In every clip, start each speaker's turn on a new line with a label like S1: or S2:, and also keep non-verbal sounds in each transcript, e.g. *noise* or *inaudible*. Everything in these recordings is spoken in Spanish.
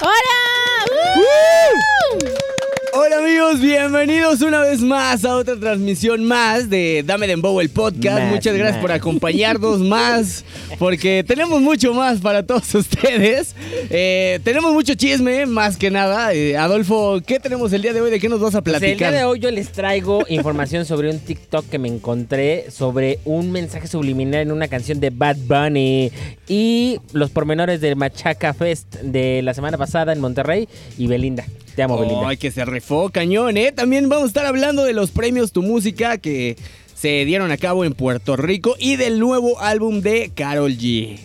S1: ¡Hola!
S2: Hola amigos, bienvenidos una vez más a otra transmisión más de Dame Dembow el podcast.
S3: Más,
S2: Muchas gracias
S3: más.
S2: por acompañarnos más, porque tenemos mucho más para todos *laughs* ustedes. Eh, tenemos mucho chisme, más que nada. Eh, Adolfo, ¿qué tenemos el día de hoy? ¿De qué nos vas a
S3: Pues
S2: platicar?
S3: el día de hoy yo les traigo *laughs* información sobre un TikTok que me encontré sobre un mensaje subliminal en una canción de Bad Bunny y los pormenores del Machaca Fest de la semana pasada en Monterrey y Belinda. Te amo, Belinda.
S2: Ay, que se rifó cañón, ¿eh? También vamos a estar hablando de los premios Tu Música que se dieron a cabo en Puerto Rico y del nuevo álbum de Carol G.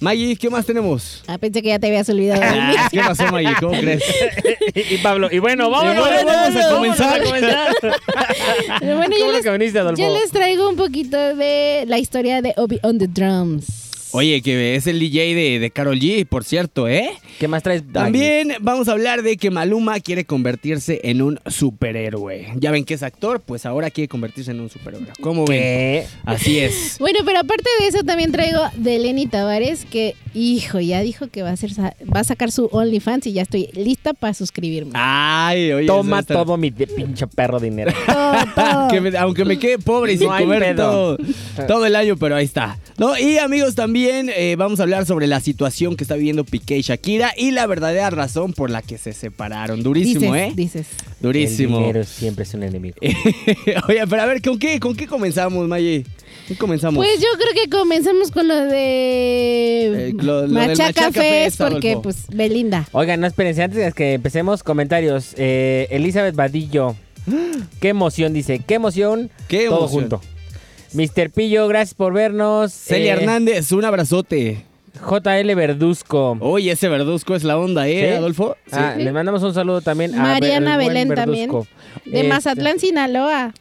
S2: Maggie, ¿qué más tenemos?
S1: Ah, pensé que ya te habías olvidado de
S2: *laughs*
S1: mí.
S2: Ah, ¿Qué pasó, Maggie? ¿Cómo
S3: *laughs*
S2: crees?
S3: y Pablo, y
S2: *laughs*
S3: bueno,
S2: Y
S3: vamos,
S2: bueno, vamos a comenzar.
S1: Pero bueno,
S3: ¿Cómo
S1: yo
S3: lo
S1: les,
S3: que viniste, Adolfo?
S1: yo les traigo un poquito de la historia de Obi on the Drums.
S2: Oye, que es el DJ de, de Carol G, por cierto, ¿eh?
S3: ¿Qué más traes?
S2: *laughs* También vamos a hablar de que Maluma quiere convertirse en un superhéroe. Ya ven que es actor, pues ahora quiere convertirse en un superhéroe. ¿Cómo ven?
S3: ¿Qué?
S2: Así es.
S1: Bueno, pero aparte de eso también traigo de Lenny Tavares que, hijo, ya dijo que va a, hacer, sa- va a sacar su OnlyFans y ya estoy lista para suscribirme.
S2: Ay, oye. eso
S3: Toma
S2: está- *laughs*
S3: todo mi de- pinche perro dinero.
S2: Ah,
S1: Todo, *laughs* todo.
S2: Que me- aunque me quede pobre y sin
S3: No hay
S2: comer todo,
S3: pedo.
S2: todo el año, pero ahí está. ¿no? Y amigos, también eh, vamos a hablar sobre la situación que está viviendo Piqué y Shakira y la verdadera razón por la que se separaron. Durísimo,
S1: dices,
S2: ¿eh?
S1: dices.
S2: Durísimo.
S3: El dinero siempre es un enemigo.
S2: *laughs* Oye, pero a ver, ¿con qué, con qué comenzamos, Maye? ¿Qué comenzamos?
S1: Pues yo creo que comenzamos con lo de
S2: Eh, lo- lo del
S1: Machaca,
S2: Machaca
S1: Fest,
S2: Fest, Adolfo.
S1: porque pues Belinda.
S3: Oigan, no espérense, antes de que empecemos, comentarios. Eh, Elizabeth Vadillo,
S2: *gasps*
S3: qué emoción, dice, qué emoción,
S2: Qué
S3: todo
S2: emoción.
S3: junto. Mr. Pillo, gracias por vernos.
S2: Celia
S3: Eh,
S2: Hernández, un abrazote.
S3: JL Verduzco.
S2: Oye, ese verduzco es la onda, ¿eh,
S3: ¿Sí?
S2: Adolfo?
S3: Ah,
S1: Sí.
S3: Les mandamos un saludo también a
S1: Mariana
S3: Ver- el buen
S1: Belén también.
S3: Verduzco.
S1: De
S3: Este,
S1: Mazatlán, Sinaloa.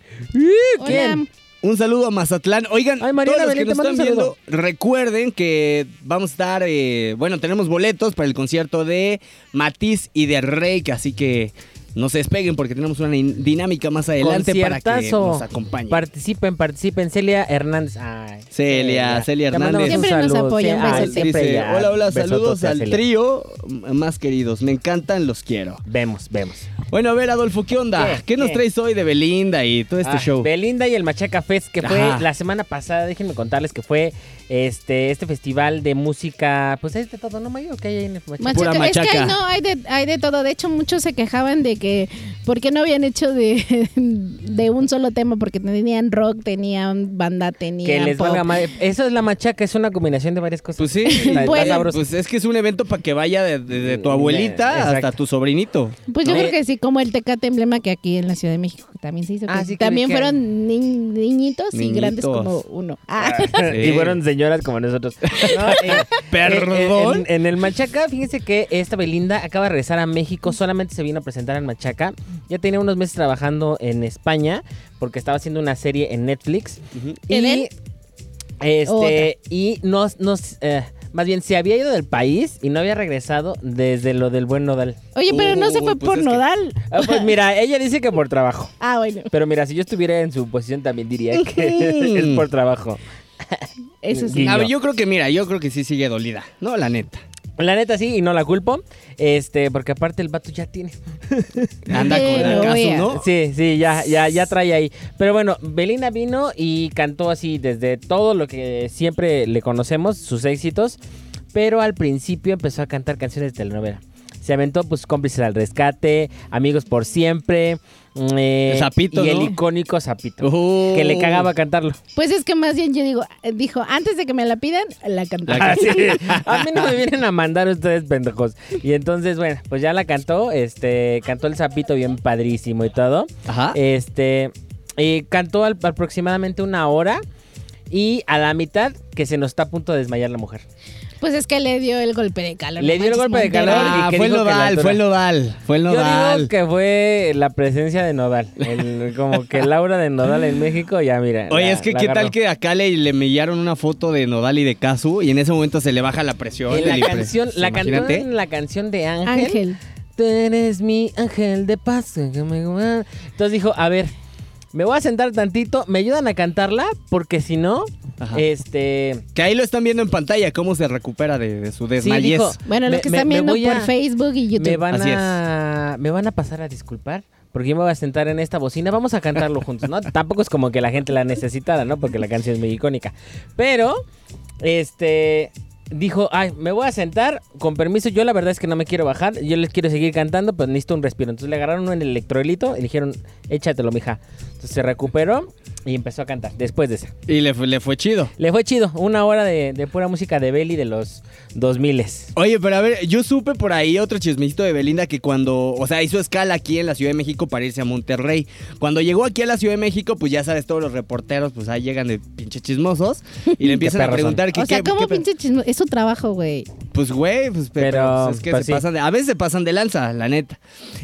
S3: ¿quién?
S2: Un saludo a Mazatlán. Oigan,
S3: Ay, Mariana
S2: todos los que
S3: Belén,
S2: nos
S3: te mando
S2: están
S3: un
S2: viendo,
S3: saludo.
S2: recuerden que vamos a estar, eh, bueno, tenemos boletos para el concierto de Matiz y de Rake, así que no se despeguen porque tenemos una din- dinámica más adelante para que
S3: Conciertazo.
S2: nos acompañen.
S3: Participen, participen. Celia Hernández. Ay,
S2: Celia, Celia
S3: Te mandamos
S2: Hernández.
S3: un
S1: Siempre nos
S3: saludo.
S1: apoya, pues, un
S3: Sí, ay,
S1: besote.
S3: siempre
S2: Dice,
S3: ella.
S2: hola, hola,
S3: Besotote
S2: saludos
S3: a
S2: al
S3: Celia.
S2: trío m- más queridos. Me encantan, los quiero.
S3: Vemos, vemos.
S2: Bueno, a ver, Adolfo, ¿qué onda? ¿Qué,
S3: ¿Qué?
S2: nos
S3: ¿Qué?
S2: traes hoy de Belinda y todo este
S3: Ah,
S2: show?
S3: Belinda y el Machaca Fest, que fue
S2: Ajá.
S3: la semana pasada, déjenme contarles que fue este, este festival de música, pues es de todo, ¿no, Mayo? Que hay ahí en el Machaca.
S1: Machaca.
S2: Pura
S1: Es que
S2: machaca.
S1: hay, no, hay, de, hay de todo. De hecho, muchos se quejaban de que por qué no habían hecho de, *laughs* de un solo tema, porque tenían rock, tenían banda, tenían
S3: que les
S1: pop.
S3: valga madre. Eso es la Machaca, es una combinación de varias cosas.
S2: Pues sí,
S3: Está- está
S1: Pues-
S3: sabroso.
S2: pues es que es un evento para que vaya de- de- de tu
S3: Mm,
S2: abuelita
S3: exacto.
S2: hasta tu sobrinito.
S1: Pues yo
S3: ¿no?
S1: creo que sí, como el Tecate emblema que aquí en la Ciudad de México también se hizo.
S3: Ah,
S1: que
S3: sí, que
S1: también
S3: le
S1: fueron ni- niñitos, y
S2: Niñitos.
S1: grandes como uno. Ah,
S3: *laughs* Y fueron señoras como nosotros. No, eh,
S2: Perdón.
S3: En, en el Machaca, fíjense que esta Belinda acaba de regresar a México, solamente se vino a presentar en Machaca. Ya tenía unos meses trabajando en España porque estaba haciendo una serie en Netflix.
S1: ¿En él?
S3: Este, y nos, nos eh, más bien se había ido del país y no había regresado desde lo del buen nodal.
S1: *laughs* Oye, pero no se
S2: Uy,
S3: Uh,
S1: fue
S2: pues
S1: por
S2: es que-
S1: nodal.
S3: Ah,
S1: *laughs*
S3: pues mira, ella dice que por trabajo.
S1: Ah, bueno,
S3: Pero mira, si yo estuviera en su posición también diría que
S2: Ujú.
S3: *laughs* es por trabajo.
S1: eso sí.
S3: Guiño.
S2: A ver, yo creo que, mira, yo creo que sí sigue dolida. No, la neta.
S3: La neta sí, y no la culpo. Este, porque aparte el vato ya tiene.
S2: Anda con
S1: Pero
S2: la caso,
S1: vea.
S2: ¿no?
S3: Sí, sí, ya, ya, ya trae ahí. Pero bueno, Belinda vino y cantó así desde todo lo que siempre le conocemos, sus éxitos. Pero al principio empezó a cantar canciones de telenovela. Se aventó, pues, cómplices al rescate, amigos por siempre. mm, eh,
S2: El Zapito,
S3: Y el
S2: ¿no?
S3: icónico Zapito.
S2: Oh.
S3: Que le cagaba cantarlo.
S1: Pues es que más bien yo digo, eh, dijo, antes de que me la pidan, la cantaba.
S3: Ah, *laughs* sí.
S2: *laughs*
S3: A mí no me vienen a mandar ustedes pendejos. Y entonces, bueno, pues ya la cantó, este, cantó el sapito bien padrísimo y todo.
S2: Ajá.
S3: Este, y cantó al- aproximadamente una hora y a la mitad que se nos está a punto de desmayar la mujer.
S1: Pues es que le dio el golpe de calor.
S3: Le
S1: no
S3: dio el
S1: manches,
S3: golpe de
S1: Montero.
S3: calor.
S2: Ah,
S3: y que
S2: fue el
S3: dijo que la
S2: nodal,
S3: altura.
S2: fue el nodal, fue el
S3: Yo digo
S2: nodal.
S3: que fue la presencia de Nodal, el- como que Laura de Nodal en México, ya mira.
S2: Oye,
S3: la-
S2: es que
S3: la
S2: qué
S3: agarró.
S2: tal que acá le, le millaron una foto de Nodal y de Casu y en ese momento se le baja la presión.
S3: En
S2: del
S3: la
S2: impre-
S3: canción, la cantó
S2: pues Imagínate.
S3: en la canción de
S1: Ah, Ángel.
S3: Tú eres mi ángel de paz. que me guarda. Entonces dijo, a ver, me voy a sentar tantito, me ayudan a cantarla, porque si no,
S2: Ajá.
S3: Este.
S2: Que ahí lo están viendo en pantalla, cómo se recupera de, de su
S3: Sí,
S2: desmayez.
S3: dijo,
S1: Bueno, los
S3: me-
S1: que
S3: me-
S1: están
S3: me
S1: viendo
S3: voy
S1: por
S3: a-
S1: Facebook y YouTube.
S3: Me van,
S2: Así
S3: a, me van a pasar a disculpar porque yo me voy a sentar en esta bocina. Vamos a cantarlo juntos, ¿no? Tampoco es como que la gente la necesitara, ¿no? Porque la canción es muy icónica. Pero, este, dijo, ay, me voy a sentar. Con permiso, yo la verdad es que no me quiero bajar. Yo les quiero seguir cantando, pero necesito un respiro. Entonces le agarraron en el electrolito y le dijeron, échatelo, mija. Entonces se recuperó y empezó a cantar después de eso.
S2: Y le, fue- le fue chido.
S3: Le fue chido, una hora de, de pura música de Belly de los 2000
S2: Oye, pero a ver, yo supe por ahí otro chismecito de Belinda que cuando, o sea, hizo escala aquí en la Ciudad de México para irse a Monterrey. Cuando llegó aquí a la Ciudad de México, pues ya sabes, todos los reporteros, pues ahí llegan de pinche chismosos *laughs* y le empiezan a
S3: perros son.
S2: preguntar que
S1: o sea,
S2: qué-
S1: ¿cómo
S2: qué pe-
S1: pinche chismo? Es su trabajo, güey.
S2: Pues güey, pues pero,
S3: Pero,
S2: pues, es que
S3: pues,
S2: se
S3: sí.
S2: pasan de- a veces se pasan de lanza, la neta.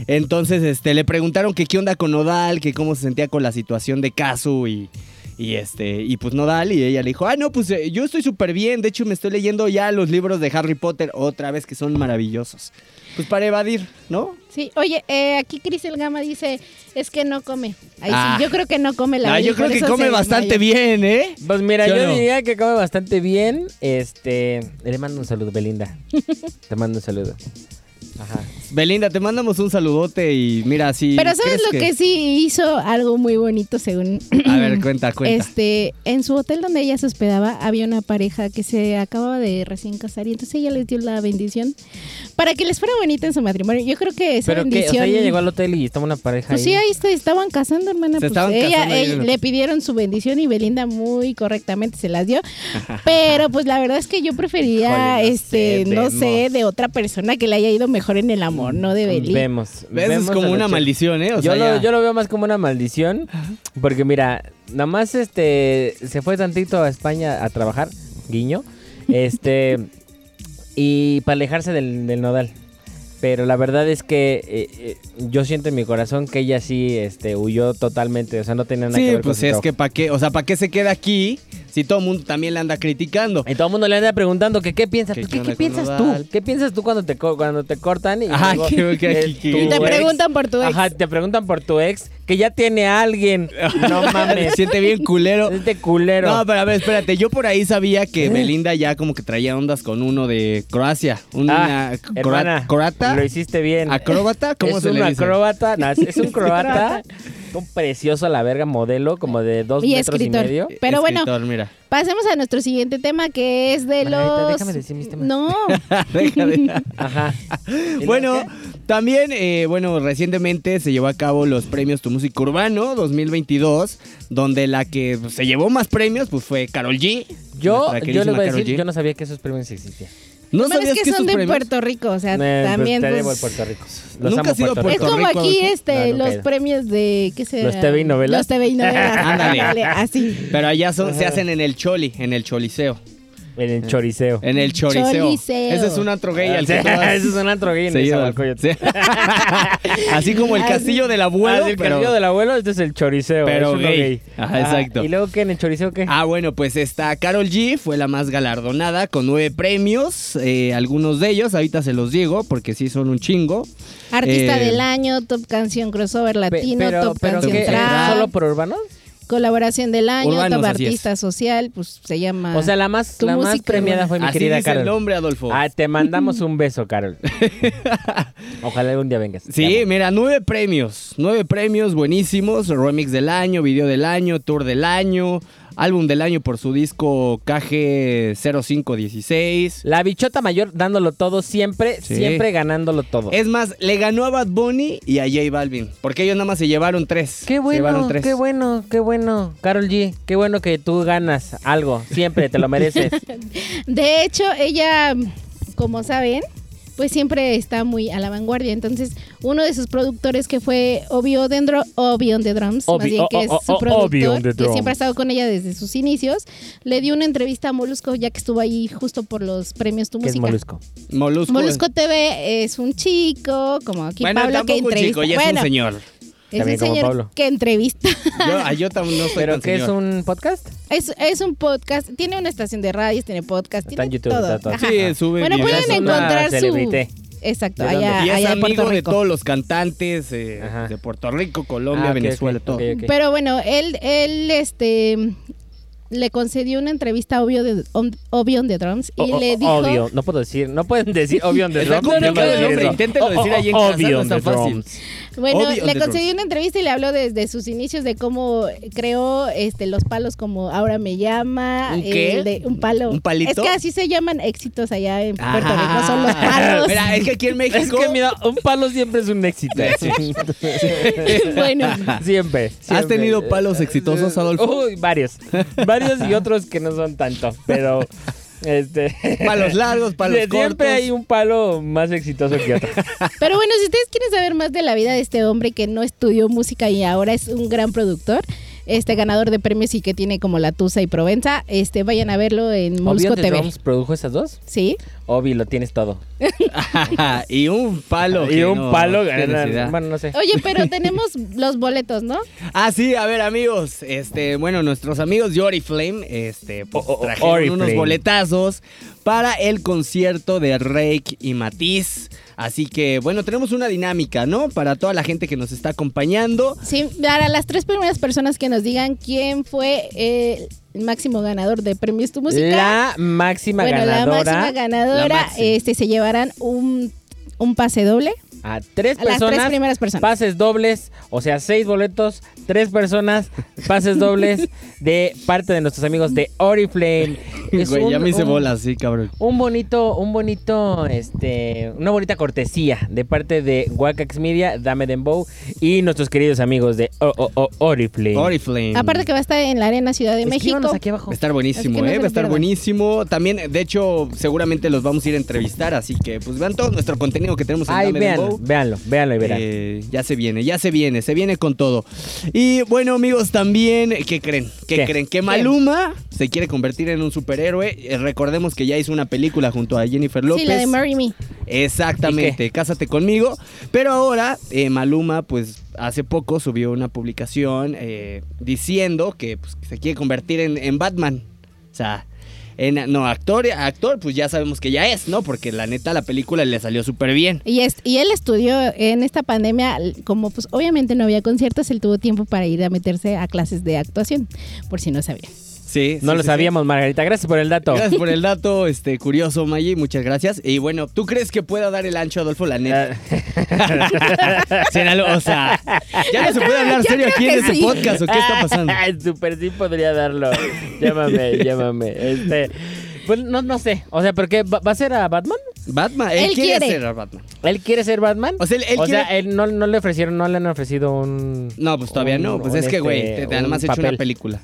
S2: Entonces, este, le preguntaron que qué onda con Nodal, que cómo se sentía con la situación de Casu y y este, y pues Nodal, y ella le dijo, ah, no, pues eh, yo estoy súper bien, de hecho me estoy leyendo ya los libros de Harry Potter otra vez, que son maravillosos. Pues para evadir, ¿no?
S1: Sí, oye, eh, aquí Cris El Gama dice, es que no come. Ahí
S2: Ah.
S1: sí, yo creo que no come la
S2: Ah,
S1: Beli,
S2: yo creo
S1: por
S2: que
S1: eso se
S2: come
S1: desmayó.
S2: bastante bien, ¿eh?
S3: Pues mira,
S2: ¿Sí o
S3: yo
S2: no?
S3: diría que come bastante bien. Este, le mando un
S2: *laughs*
S3: saludo, Belinda. Te mando un saludo. Ajá.
S2: Belinda, te mandamos un saludote y mira, si...
S1: Pero ¿sabes
S2: crees
S1: lo que... sí hizo algo muy bonito según...
S2: A ver, cuenta, cuenta.
S1: Este, en su hotel donde ella se hospedaba había una pareja que se acababa de recién casar y entonces ella les dio la bendición para que les fuera bonita en su matrimonio. Yo creo que esa
S3: Pero que, o
S1: bendición...
S3: sea, ella llegó al hotel y estaba una pareja
S1: Pues sí,
S3: ahí.
S1: ahí está- estaban casando, hermana.
S2: Se
S1: pues
S2: estaban
S1: ella,
S2: casando ahí
S1: ella-
S2: en el-
S1: le pidieron su bendición y Belinda muy correctamente se las
S3: *laughs*
S1: dio. Pero pues la verdad es que yo prefería,
S2: Híjole, no
S1: este,
S2: sé,
S1: no
S2: vemos.
S1: sé, de otra persona que le haya ido mejor en el amor, no
S3: Mm,
S1: de Belinda.
S3: Vemos.
S2: ¿Ves?
S3: vemos
S2: Es
S3: a
S2: como
S3: la
S2: una
S3: chica.
S2: maldición, ¿eh? O
S3: yo,
S2: sea,
S3: lo,
S2: ya-
S3: yo lo veo más como una maldición. Porque mira, nada más este se fue tantito a España a trabajar,
S1: *laughs*
S3: guiño. Este. y para alejarse del, del nodal. Pero la verdad es que eh, eh, yo siento en mi corazón que ella sí este, huyó totalmente. O sea, no tenía nada que
S2: Sí,
S3: ver con
S2: pues
S3: su
S2: es
S3: trabajo.
S2: que para qué, o sea, para qué se queda aquí si todo el mundo también la anda criticando.
S3: Y todo el mundo le anda preguntando que qué piensas.
S2: ¿Qué
S3: Pues, ¿Qué, qué
S2: onda con
S3: piensas
S2: Nodal? Ah,
S3: tú? ¿Qué piensas tú cuando te, co- cuando te cortan? Y
S2: Ajá, *laughs*
S3: luego,
S2: que- que-
S3: eh,
S2: que-
S3: tu
S1: Te
S2: tu
S3: ex-
S1: preguntan por tu ex.
S3: Ajá, te preguntan por tu ex que ya tiene a
S2: *laughs*
S3: alguien. No
S2: Se
S3: mames.
S2: siente bien culero.
S3: Este culero. ¿Eh?
S2: No, pero a ver, espérate, yo por ahí sabía que Belinda ya como que traía ondas con uno de Croacia, una
S3: Ah,
S2: croata,
S3: hermana,
S2: croata,
S3: Lo hiciste bien.
S2: acróbata, ¿cómo
S3: es
S2: se
S3: un
S2: le dice?
S3: acróbata, no, es-
S2: *laughs*
S3: es un croata, un precioso a la verga modelo, como de dos
S1: Y
S3: metros
S1: escritor.
S3: y medio.
S1: Pero bueno.
S2: Escritor, mira. *laughs*
S1: Pasemos a nuestro siguiente tema que es de
S3: Margarita,
S1: los...
S3: déjame decir mis temas. *laughs*
S1: No,
S2: Deja de-
S3: Ajá. ¿Y
S2: Bueno,
S3: luego qué?
S2: también, eh, bueno, recientemente se llevó a cabo los premios Tu Música Urbano 2022, donde la que se llevó más premios pues fue Carol G.
S3: yo,
S2: nuestra queridísima
S3: yo les voy a
S2: Karol
S3: decir,
S2: G.
S3: yo no sabía que esos premios existían.
S2: ¿No
S1: pero es
S2: sabías
S1: que,
S2: que
S1: son
S2: sus
S1: de
S2: premios?
S1: Puerto Rico, o sea,
S3: Eh, pues,
S1: también...
S3: te
S1: pues,
S3: debo el Puerto Rico. Los
S2: Nunca
S3: amo,
S2: has ido a
S3: Puerto
S1: es
S3: Rico.
S2: Puerto
S1: como
S2: Rico,
S1: aquí
S2: Adolfo.
S1: este
S3: No, nunca he
S1: los
S3: ido.
S1: premios de qué será?
S3: Los TV y novelas.
S1: Los TV y
S3: *laughs*
S1: novelas.
S2: Ándale.
S1: ándale, así.
S2: Pero allá son, se hacen en el Choli, en el Choliseo.
S3: En el choriceo.
S2: En el Choriseo.
S1: Choliseo.
S2: Ese es un antro gay Eh, al que
S3: *laughs*
S2: tú vas
S3: Eso es un antro gay en Ah, el
S2: seguido.
S3: Zabalcóyotl.
S2: Sí. *laughs* Así como el
S1: Así.
S2: castillo del abuelo.
S3: Ah, sí, el
S2: pero-
S3: castillo del abuelo, este es el choriceo.
S2: pero
S3: es uno Ah,
S2: gay. Ajá, exacto.
S3: ¿Y luego qué? ¿En el choriceo qué?
S2: Ah, bueno, pues esta Carol G fue la más galardonada con nueve premios. eh, algunos de ellos, ahorita se los digo porque sí son un chingo.
S1: Artista
S2: Eh,
S1: del año, top canción crossover
S3: Pe-
S1: latino, top canción
S3: ¿qué?
S1: trap,
S3: eh, ¿Solo por urbanos?
S1: colaboración del año,
S2: Urbanos,
S1: top
S2: así es.
S1: artista social, pues se llama.
S3: O sea, la más,
S1: Tu
S3: la más
S1: música
S3: premiada
S1: urbana.
S3: fue mi
S2: Así
S3: querida
S2: dice el
S3: Carol.
S2: nombre, Adolfo.
S3: Ah, te
S2: *laughs*
S3: mandamos un beso, Carol. Ojalá algún día vengas.
S2: Sí, mira, nueve premios. Nueve premios buenísimos. Remix del año, video del año, tour del año, álbum del año por su disco KG0516.
S3: La bichota mayor dándolo todo siempre,
S2: Sí.
S3: siempre ganándolo todo.
S2: Es más, le ganó a Bad Bunny y a J Balvin. Porque ellos nada más se llevaron tres.
S3: Qué
S2: Se llevaron
S3: bueno,
S2: tres.
S3: qué bueno, qué bueno. Carol G, qué bueno que tú ganas algo. Siempre te lo mereces.
S1: De hecho, ella, como saben, pues siempre está muy a la vanguardia. Entonces, uno de sus productores que fue Obio Dendro, Obi on the Drums,
S3: Obi-
S1: más bien
S3: o-
S1: que es
S3: o-
S1: su
S3: o- Obi on the
S1: productor, que
S3: drums.
S1: siempre ha estado con ella desde sus inicios, le dio una entrevista a Molusco, ya que estuvo ahí justo por los premios Tu
S3: que es
S1: Música.
S3: molusco.
S2: Molusco.
S1: Molusco TV es un chico, como aquí
S2: Bueno,
S1: Pablo que
S2: tampoco un
S1: entrevista.
S2: chico, ya es
S1: bueno,
S2: un señor.
S1: es
S3: También
S1: un
S3: como
S1: señor
S3: Pablo.
S1: que entrevista. *laughs*
S2: Yo, ah, yo tam- no soy
S3: ¿Pero
S2: tan
S3: qué es
S2: señor.
S3: un podcast?
S1: Es, es un podcast, tiene una estación de radios, tiene podcast, tiene
S3: Está en YouTube,
S1: todo.
S3: está todo.
S1: Ajá.
S2: Sí, sube
S1: Bueno,
S2: videos.
S1: pueden
S2: Es
S3: una
S1: encontrar
S3: celebrité.
S1: su... Exacto,
S3: ¿De dónde?
S1: allá,
S2: Y es
S1: allá de Puerto
S2: amigo de
S1: Rico.
S2: todos los cantantes eh,
S3: Ajá.
S2: de Puerto Rico, Colombia,
S3: Ah, ok,
S2: Venezuela,
S3: ok,
S2: todo.
S3: ok, ok.
S1: Pero bueno, él, él, este, le concedió una entrevista a Obvio, de, on, Obvio on the Drums y
S3: O- o-
S1: le dijo...
S3: Obvio, no puedo decir, no pueden decir obvio on the
S2: Está
S3: drums.
S2: complicado el nombre, inténtalo decir ahí en casa,
S3: Obvio
S2: no
S3: on
S2: está
S3: the
S2: fácil.
S3: drums.
S1: Bueno,
S2: Obvio,
S1: le
S2: The
S1: concedió
S2: Drums.
S1: una entrevista y le habló desde sus inicios de cómo creó este los palos como Ahora me llama,
S2: ¿Un qué?
S1: el de- un palo.
S2: ¿Un palito?
S1: Es que así se llaman éxitos allá en Puerto
S2: Ah.
S1: Rico,
S2: *laughs*
S1: son los palos.
S2: Mira, es que aquí en
S3: Es
S2: México.
S3: que mira, un palo siempre es un éxito. *laughs*
S1: *laughs* bueno,
S3: Siempre, siempre. Eh,
S2: tenido palos exitosos, Adolfo?
S3: Uy, varios. Varios y otros que no son tanto, pero este *laughs*
S2: Palos largos, palos
S3: siempre
S2: cortos.
S3: hay un palo más exitoso que
S1: *laughs*
S3: otro.
S1: pero bueno, si ustedes quieren saber más de la vida de este hombre que no estudió música y ahora es un gran productor, este ganador de premios y que tiene como La Tusa y Provenza, este vayan a verlo en
S3: Obvio
S1: Molusco
S3: the
S1: TV.
S3: drums produjo esas dos.
S1: Sí,
S3: Obi, lo tienes todo.
S2: *laughs* y un palo.
S3: Ah, y
S2: que
S3: un
S2: no
S3: palo.
S2: tienes idea.
S3: Bueno, no sé.
S1: Oye,
S3: *laughs*
S1: pero tenemos los boletos, ¿no?
S2: Ah, sí, a ver, amigos. Este, bueno, nuestros amigos de Oriflame, este, pues,
S3: O- o-
S2: trajeron
S3: Oriflame.
S2: unos boletazos para el concierto de Rake y Matiz. Así que, bueno, tenemos una dinámica, ¿no? Para toda la gente que nos está acompañando.
S1: Sí, para las tres primeras personas que nos digan quién fue eh, el máximo ganador de premios tu música.
S3: La máxima
S1: bueno,
S3: ganadora.
S1: la máxima ganadora,
S2: La máxima.
S1: este, se llevarán un, un pase doble
S3: A tres
S1: a las tres
S3: personas.
S1: primeras personas.
S3: Pases dobles, o sea, seis boletos, tres personas,
S1: *laughs*
S3: pases dobles de parte de nuestros amigos de Oriflame. Es
S2: Güey, ya
S3: un-
S2: me hice
S3: un-
S2: bolas, sí, cabrón.
S3: Un bonito, un bonito, este, una bonita cortesía de parte de Wakax Media, Dame Dembow y nuestros queridos amigos de O- O- O- Oriflame.
S2: Oriflame.
S1: Aparte que va a estar en la Arena Ciudad de
S3: Escríbanos
S1: México.
S3: aquí abajo.
S2: Va a estar buenísimo,
S1: Así que no se
S2: ¿eh? Va a
S1: lo
S2: estar
S1: pierdan.
S2: buenísimo. También, de hecho, seguramente los vamos a ir a entrevistar, así que pues vean todo nuestro contenido que tenemos en
S3: Ay,
S2: Dame
S3: véanlo,
S2: Dembow.
S3: véanlo, véanlo y verán.
S2: Eh, ya se viene, ya se viene, se viene con todo. Y bueno, amigos, también, ¿qué creen? ¿Qué,
S3: ¿Qué?
S2: creen? Que Maluma se quiere convertir en un superhéroe. Eh, recordemos que ya hizo una película junto a Jennifer López.
S1: Sí, la de Marry Me.
S2: Exactamente, Cásate conmigo. Pero ahora eh, Maluma, pues hace poco subió una publicación eh, diciendo que pues, se quiere convertir en, en Batman. O sea, en, no, actor, actor, pues ya sabemos que ya es, ¿no? Porque la neta la película le salió súper bien.
S1: Y, es- y él estudió en esta pandemia, como pues obviamente no había conciertos, él tuvo tiempo para ir a meterse a clases de actuación, por si no sabían.
S2: Sí.
S3: no
S2: sí, sí,
S3: lo
S2: sí.
S3: sabíamos, Margarita. Gracias por el dato.
S2: Gracias por el dato este, curioso, Maggie. Muchas gracias. Y bueno, ¿tú crees que pueda dar el ancho Adolfo la *laughs* neta? Sinaloa, o sea, ya no se puede hablar
S1: yo
S2: serio
S1: creo
S2: aquí en
S1: que
S2: este
S1: sí.
S2: podcast. ¿O qué está pasando?
S3: Ah, *laughs* Super sí podría darlo. *laughs* Llámame, llámame. Este, pues no, no sé. O sea, ¿por qué? ¿Va, va a ser a Batman?
S2: Batman, él,
S1: Él
S2: quiere,
S1: quiere.
S2: ser a Batman.
S3: ¿Él quiere ser Batman?
S2: O sea, él, él
S3: O
S2: quiere.
S3: sea, él no, no le ofrecieron, no le han ofrecido un.
S2: No, pues todavía
S3: un-
S2: no. Pues
S3: un
S2: es que, güey,
S3: este,
S2: te, te
S3: un
S2: han más hecho una
S3: papel.
S2: película.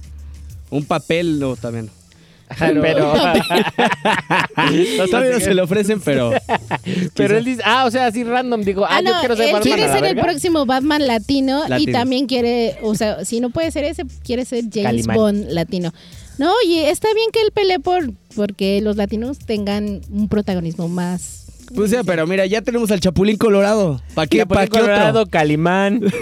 S2: Un papel, no, también
S3: *laughs*
S2: no. *laughs*
S3: Pero,
S2: Todavía no se lo ofrecen, pero.
S3: *laughs* *laughs* pero él dice, ah, o sea, así random. Digo, ah,
S1: Ah, no,
S3: yo quiero ser
S1: él
S3: Batman. a
S1: quiere
S3: la
S1: ser el
S3: verga.
S1: próximo Batman latino, y
S2: Latino.
S1: también quiere, o sea, si no puede ser ese, quiere ser James
S3: Calimán.
S1: Bond latino. No, oye, está bien que él pelee por porque los latinos tengan un protagonismo más.
S2: Pues sí, pero mira, ya tenemos al Chapulín Colorado. ¿Para qué,
S3: Ya por
S2: pa'
S3: ahí
S2: qué otro?
S3: Colorado,
S2: *laughs*
S3: Calimán. onda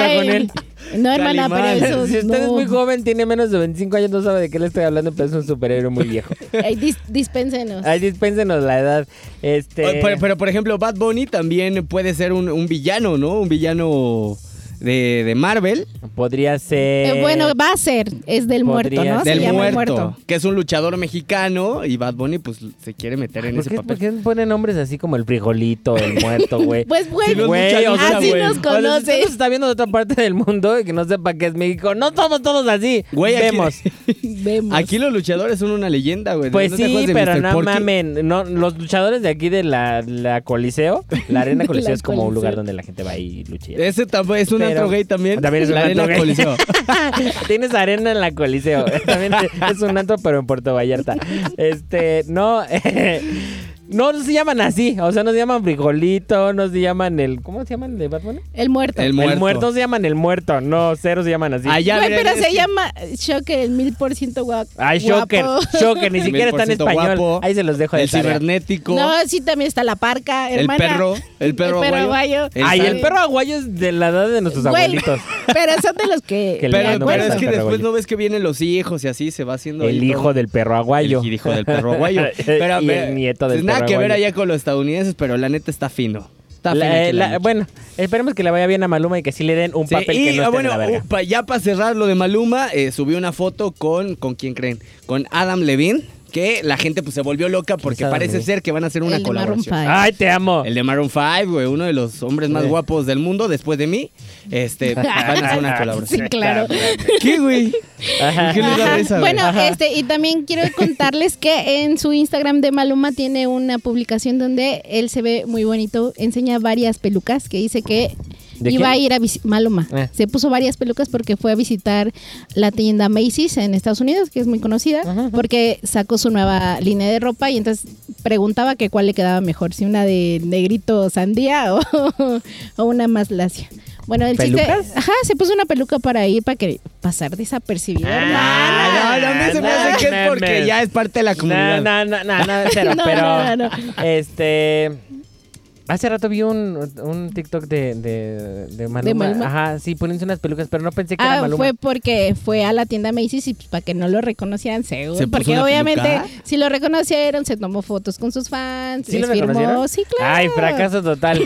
S1: Ay,
S3: con él?
S1: *laughs* No, hermana,
S2: Calimán.
S1: pero eso
S3: si usted
S1: no.
S3: es muy joven, tiene menos de 25 años, no sabe de qué le estoy hablando, pero es un superhéroe muy
S1: *laughs*
S3: viejo.
S1: Ay, dis- dispénsenos.
S3: Ay, dispénsenos la edad. Este.
S2: O- Pero, pero, por ejemplo, Bad Bunny también puede ser un, un villano, ¿no? Un villano de, de Marvel,
S3: Podría ser.
S1: Eh, bueno, va a ser, es del
S3: podría
S1: muerto, ¿no?
S3: ser.
S1: Ah, Se
S2: del
S1: llama
S2: muerto,
S1: el muerto.
S2: que es un luchador mexicano y Bad Bunny pues se quiere meter en
S3: ¿Por
S2: ese
S3: qué,
S2: papel.
S3: por qué ponen nombres así como el frijolito, el muerto, güey?
S1: *laughs* Pues güey,
S2: Sí, los
S3: Güey, o sea,
S1: así
S3: güey.
S1: nos
S3: O sea, si usted nos
S1: conoces.
S3: está viendo de otra parte del mundo y que no sepa qué es México. No somos todos así.
S2: Güey, aquí-
S3: Vemos.
S1: Vemos.
S2: *laughs* Aquí los luchadores son una leyenda, güey.
S3: Pues
S2: ¿No te
S3: sí,
S2: acuerdas de
S3: pero
S2: Mr.
S3: no
S2: Porky?
S3: mamen. No, los luchadores de aquí de la, la Coliseo,
S1: *laughs*
S3: la Arena Coliseo
S1: La
S3: es como un lugar
S1: Coliseo.
S3: donde la gente va y lucha.
S2: Ese tampoco es un
S3: Pero-
S2: antro gay también.
S3: También es un
S2: La
S3: antro
S2: arena *laughs*
S3: gay.
S2: Coliseo.
S3: Tienes arena en la
S2: *laughs*
S3: Coliseo. También es un antro, pero en Puerto Vallarta. Este, no. *laughs* eh, no se llaman así. O sea, no se llaman frijolito, no se llaman el. ¿Cómo se llaman el de Batman?
S1: el muerto.
S2: El
S3: El
S2: Muerto.
S3: muerto se llaman el muerto. No, cero se llaman así.
S2: Allá,
S1: Güey,
S2: mira,
S1: pero
S2: es
S1: se
S2: que-
S1: llama Shocker el mil por ciento guapo.
S3: Ay, Shocker. Shocker, *laughs* ni siquiera está en
S2: 1000%
S3: español.
S2: guapo,
S3: Ahí se los dejo de
S2: El
S3: tarea.
S1: *laughs*
S2: cibernético.
S1: No, sí también está la parca,
S2: el
S1: hermana.
S2: perro. El perro
S1: El perro
S2: aguayo.
S1: aguayo.
S3: Ay,
S2: sal-
S3: el perro aguayo es de la edad de nuestros
S1: Güey,
S3: abuelitos.
S1: *laughs* Pero son de los que...
S3: Que le
S2: Pero,
S3: dan
S2: pero es
S3: beso.
S2: que
S3: Perro
S2: después
S3: aguayo.
S2: no ves que vienen los hijos y así se va haciendo.
S3: El
S2: ahí todo.
S3: hijo del perro aguayo.
S2: El hijo del perro aguayo. Pero,
S3: *laughs* Y el
S2: pero-
S3: nieto del
S2: Nada
S3: perro
S2: que ver
S3: aguayo.
S2: allá con los estadounidenses, pero la neta está fino. Está está
S3: La- eh,
S2: fina aquí la
S3: la-
S2: noche.
S3: bueno, esperemos que le vaya bien a Maluma y que sí le den un
S2: Sí,
S3: papel
S2: y
S3: que no
S2: ah,
S3: esté
S2: bueno,
S3: en la verga.
S2: pa- ya para cerrar lo de Maluma, eh, subí una foto con, ¿con quién creen? Con Adam Levine, que la gente pues se volvió loca porque
S3: Adam
S2: parece
S3: Levine?
S2: ser que van a hacer una
S1: El de Maroon
S2: colaboración.
S1: five.
S3: Ay, te amo.
S2: El de Maroon 5, güey, uno de los hombres más
S3: Sí.
S2: guapos del mundo después de mí.
S3: *laughs*
S2: Este, van a hacer una
S1: Sí,
S2: colaboración.
S1: claro.
S2: ¿Qué, güey? ¿Por *laughs* ¿Qué les da risa, güey?
S1: Bueno, este, y también
S2: *laughs*
S1: quiero contarles que en su Instagram de Maluma tiene una publicación donde él se ve muy bonito, enseña varias pelucas que dice que
S3: ¿De
S1: iba
S3: quién?
S1: a ir a visi- Maluma.
S3: Ah.
S1: Se puso varias pelucas porque fue a visitar la tienda Macy's en Estados Unidos, que es muy conocida, porque sacó su nueva línea de ropa y entonces preguntaba que cuál le quedaba mejor, si una de negrito sandía *laughs* o, o una más lacia. Bueno, el chiste,
S3: ¿Pelucas?
S1: ajá, se puso una peluca para ir para que pasar desapercibido.
S2: Ah, no, no, a mí se me hace que es porque ya es parte de la
S3: No,
S2: comunidad.
S3: no, no, no, no, cero,
S1: *laughs* No,
S3: pero
S1: no, no,
S3: este hace rato vi un, un TikTok de, de, de Maluma.
S1: Maluma.
S3: Ajá, sí, poniéndose unas pelucas, pero no pensé que era
S1: Ah,
S3: Maluma.
S1: fue porque fue a la tienda Macy's y pues, para que no lo reconocieran, seguro.
S2: ¿Se puso
S1: porque
S2: una
S1: obviamente
S2: peluca?
S1: si lo reconocieron, se tomó fotos con sus fans,
S3: ¿Sí lo
S1: les firmó.
S3: reconocieron?
S1: Sí, claro.
S3: Ay, fracaso total.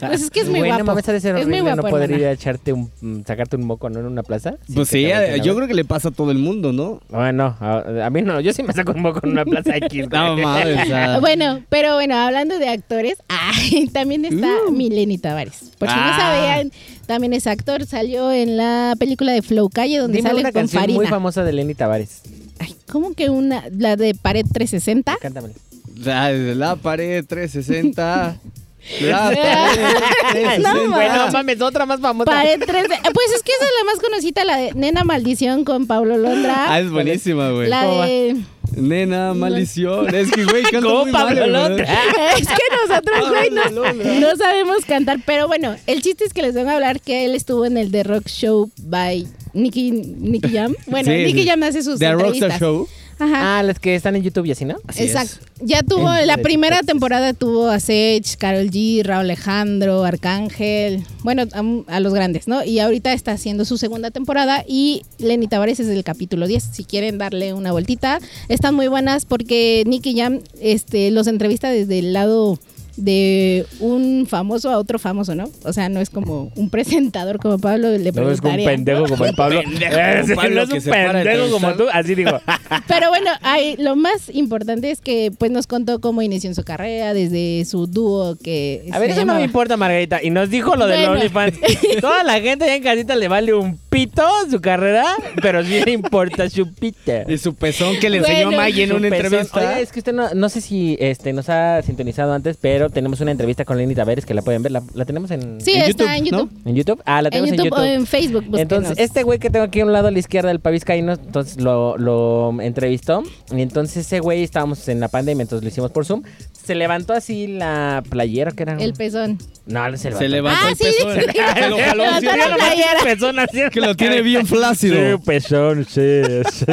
S1: Pues es *laughs* que es muy
S3: Güey,
S1: guapo.
S3: No mames, ha de ser
S1: es muy
S3: horrible
S1: guapo.
S3: no poder
S1: hermana.
S3: ir a echarte un, mm, sacarte un moco, ¿no? En una plaza.
S2: Pues
S3: que
S2: sí,
S3: te volteen
S2: yo
S3: a ver.
S2: creo que le pasa a todo el mundo, ¿no?
S3: Bueno, a, a mí no, yo sí me saco un moco en una plaza
S2: *laughs*
S3: aquí. *laughs*
S2: No mames. o sea.
S1: Ah, Bueno, pero bueno, hablando de actores, *laughs* ay, también está
S2: Uh.
S1: Mileni Tavares. Por si no
S2: Ah.
S1: sabían, también es actor. Salió en la película de Flow Calle donde
S3: Dime
S1: sale
S3: una
S1: con
S3: canción muy
S1: Farina.
S3: famosa de Lenny Tavares.
S1: Ay, ¿Cómo que una? La de Pared 360.
S3: Cántamela.
S2: La, la pared 360.
S1: *laughs*
S2: La
S1: Sí.
S2: pared 360.
S1: No,
S3: Güey,
S1: mames.
S3: no mames, otra más famosa.
S1: Pared 360. Pues es que esa es la más conocida, la de Nena Maldición con Pablo Londra.
S2: Ah, es buenísima, güey.
S1: La de. *laughs*
S2: Nena, maldición. Es que,
S3: *laughs*
S2: güey, canta
S3: Como
S2: muy
S3: Pablo
S2: mal, güey. Ah,
S3: Londra.
S1: es que nosotros, güey, no,
S2: Pablo Londra.
S1: no sabemos cantar. Pero bueno, el chiste es que les vengo a hablar que él estuvo en el The Rock Show by Nicky, Nicky Jam. Bueno,
S2: Sí,
S1: Nicky
S2: sí.
S1: Jam hace sus
S2: The Rockstar
S1: entrevistas.
S2: Show.
S1: Ajá.
S3: Ah, las que están en YouTube y así, ¿no?
S2: Así es.
S1: Exacto. Ya tuvo,
S3: En
S1: la
S3: The
S1: primera
S3: Rockstar.
S1: temporada tuvo a Sech, Carol G, Raúl Alejandro, Arcángel, bueno, a, a los grandes, ¿no? Y ahorita está haciendo su segunda temporada y Lenny Tavares es del capítulo 10. Si quieren darle una vueltita, están muy buenas porque Nicky Jam este, los entrevista desde el lado de un famoso a otro famoso, ¿no? O sea, no es como un *laughs* presentador como Pablo le
S3: No es un
S1: preguntaría.
S3: pendejo como el Pablo.
S2: pendejo
S3: Eh,
S2: como
S3: sí,
S2: Pablo
S3: no es
S2: que
S3: un
S2: se para a
S3: pendejo como tú.
S2: entrevistar.
S3: Así digo.
S1: Pero bueno, ay, lo más importante es que pues nos contó cómo inició en su carrera desde su dúo que
S3: A ver,
S1: se
S3: eso no
S1: llamaba-
S3: me importa, Margarita. Y nos dijo lo del
S1: Bueno.
S3: OnlyFans. Toda la gente allá en casita le vale un pito su carrera, pero sí le importa su pito.
S2: Y su pezón que le enseñó
S1: Bueno.
S2: a Maggie en
S3: Su
S2: una
S3: pezón.
S2: entrevista.
S3: Oiga, es que usted no, no sé si este, nos ha sintonizado antes, pero tenemos una entrevista con Lenny Taveres que la pueden ver. La, la tenemos en,
S1: Sí,
S2: En
S1: está
S2: YouTube,
S1: en
S2: ¿no?
S1: YouTube.
S3: en YouTube. Ah, la
S1: En
S3: tenemos
S1: YouTube, o en Facebook.
S3: Entonces,
S1: búsquenos.
S3: este güey que tengo aquí a un lado a la izquierda del Paviscaíno, entonces lo, lo entrevistó. Y entonces ese güey, estábamos en la pandemia, entonces lo hicimos por Zoom. Se levantó así la playera, que era.
S1: el pezón.
S3: No, no se levantó.
S2: Se levantó
S1: Ah,
S2: el
S1: sí,
S2: pezón.
S1: sí, sí.
S2: Se *laughs* lo jaló.
S1: Levantó
S2: sí,
S1: la
S2: sí,
S1: playera. *laughs*
S3: Pezón así en
S2: Que lo
S3: la
S2: tiene
S3: cabeza.
S2: bien
S3: Sí,
S2: flácido.
S3: pezón, sí, sí,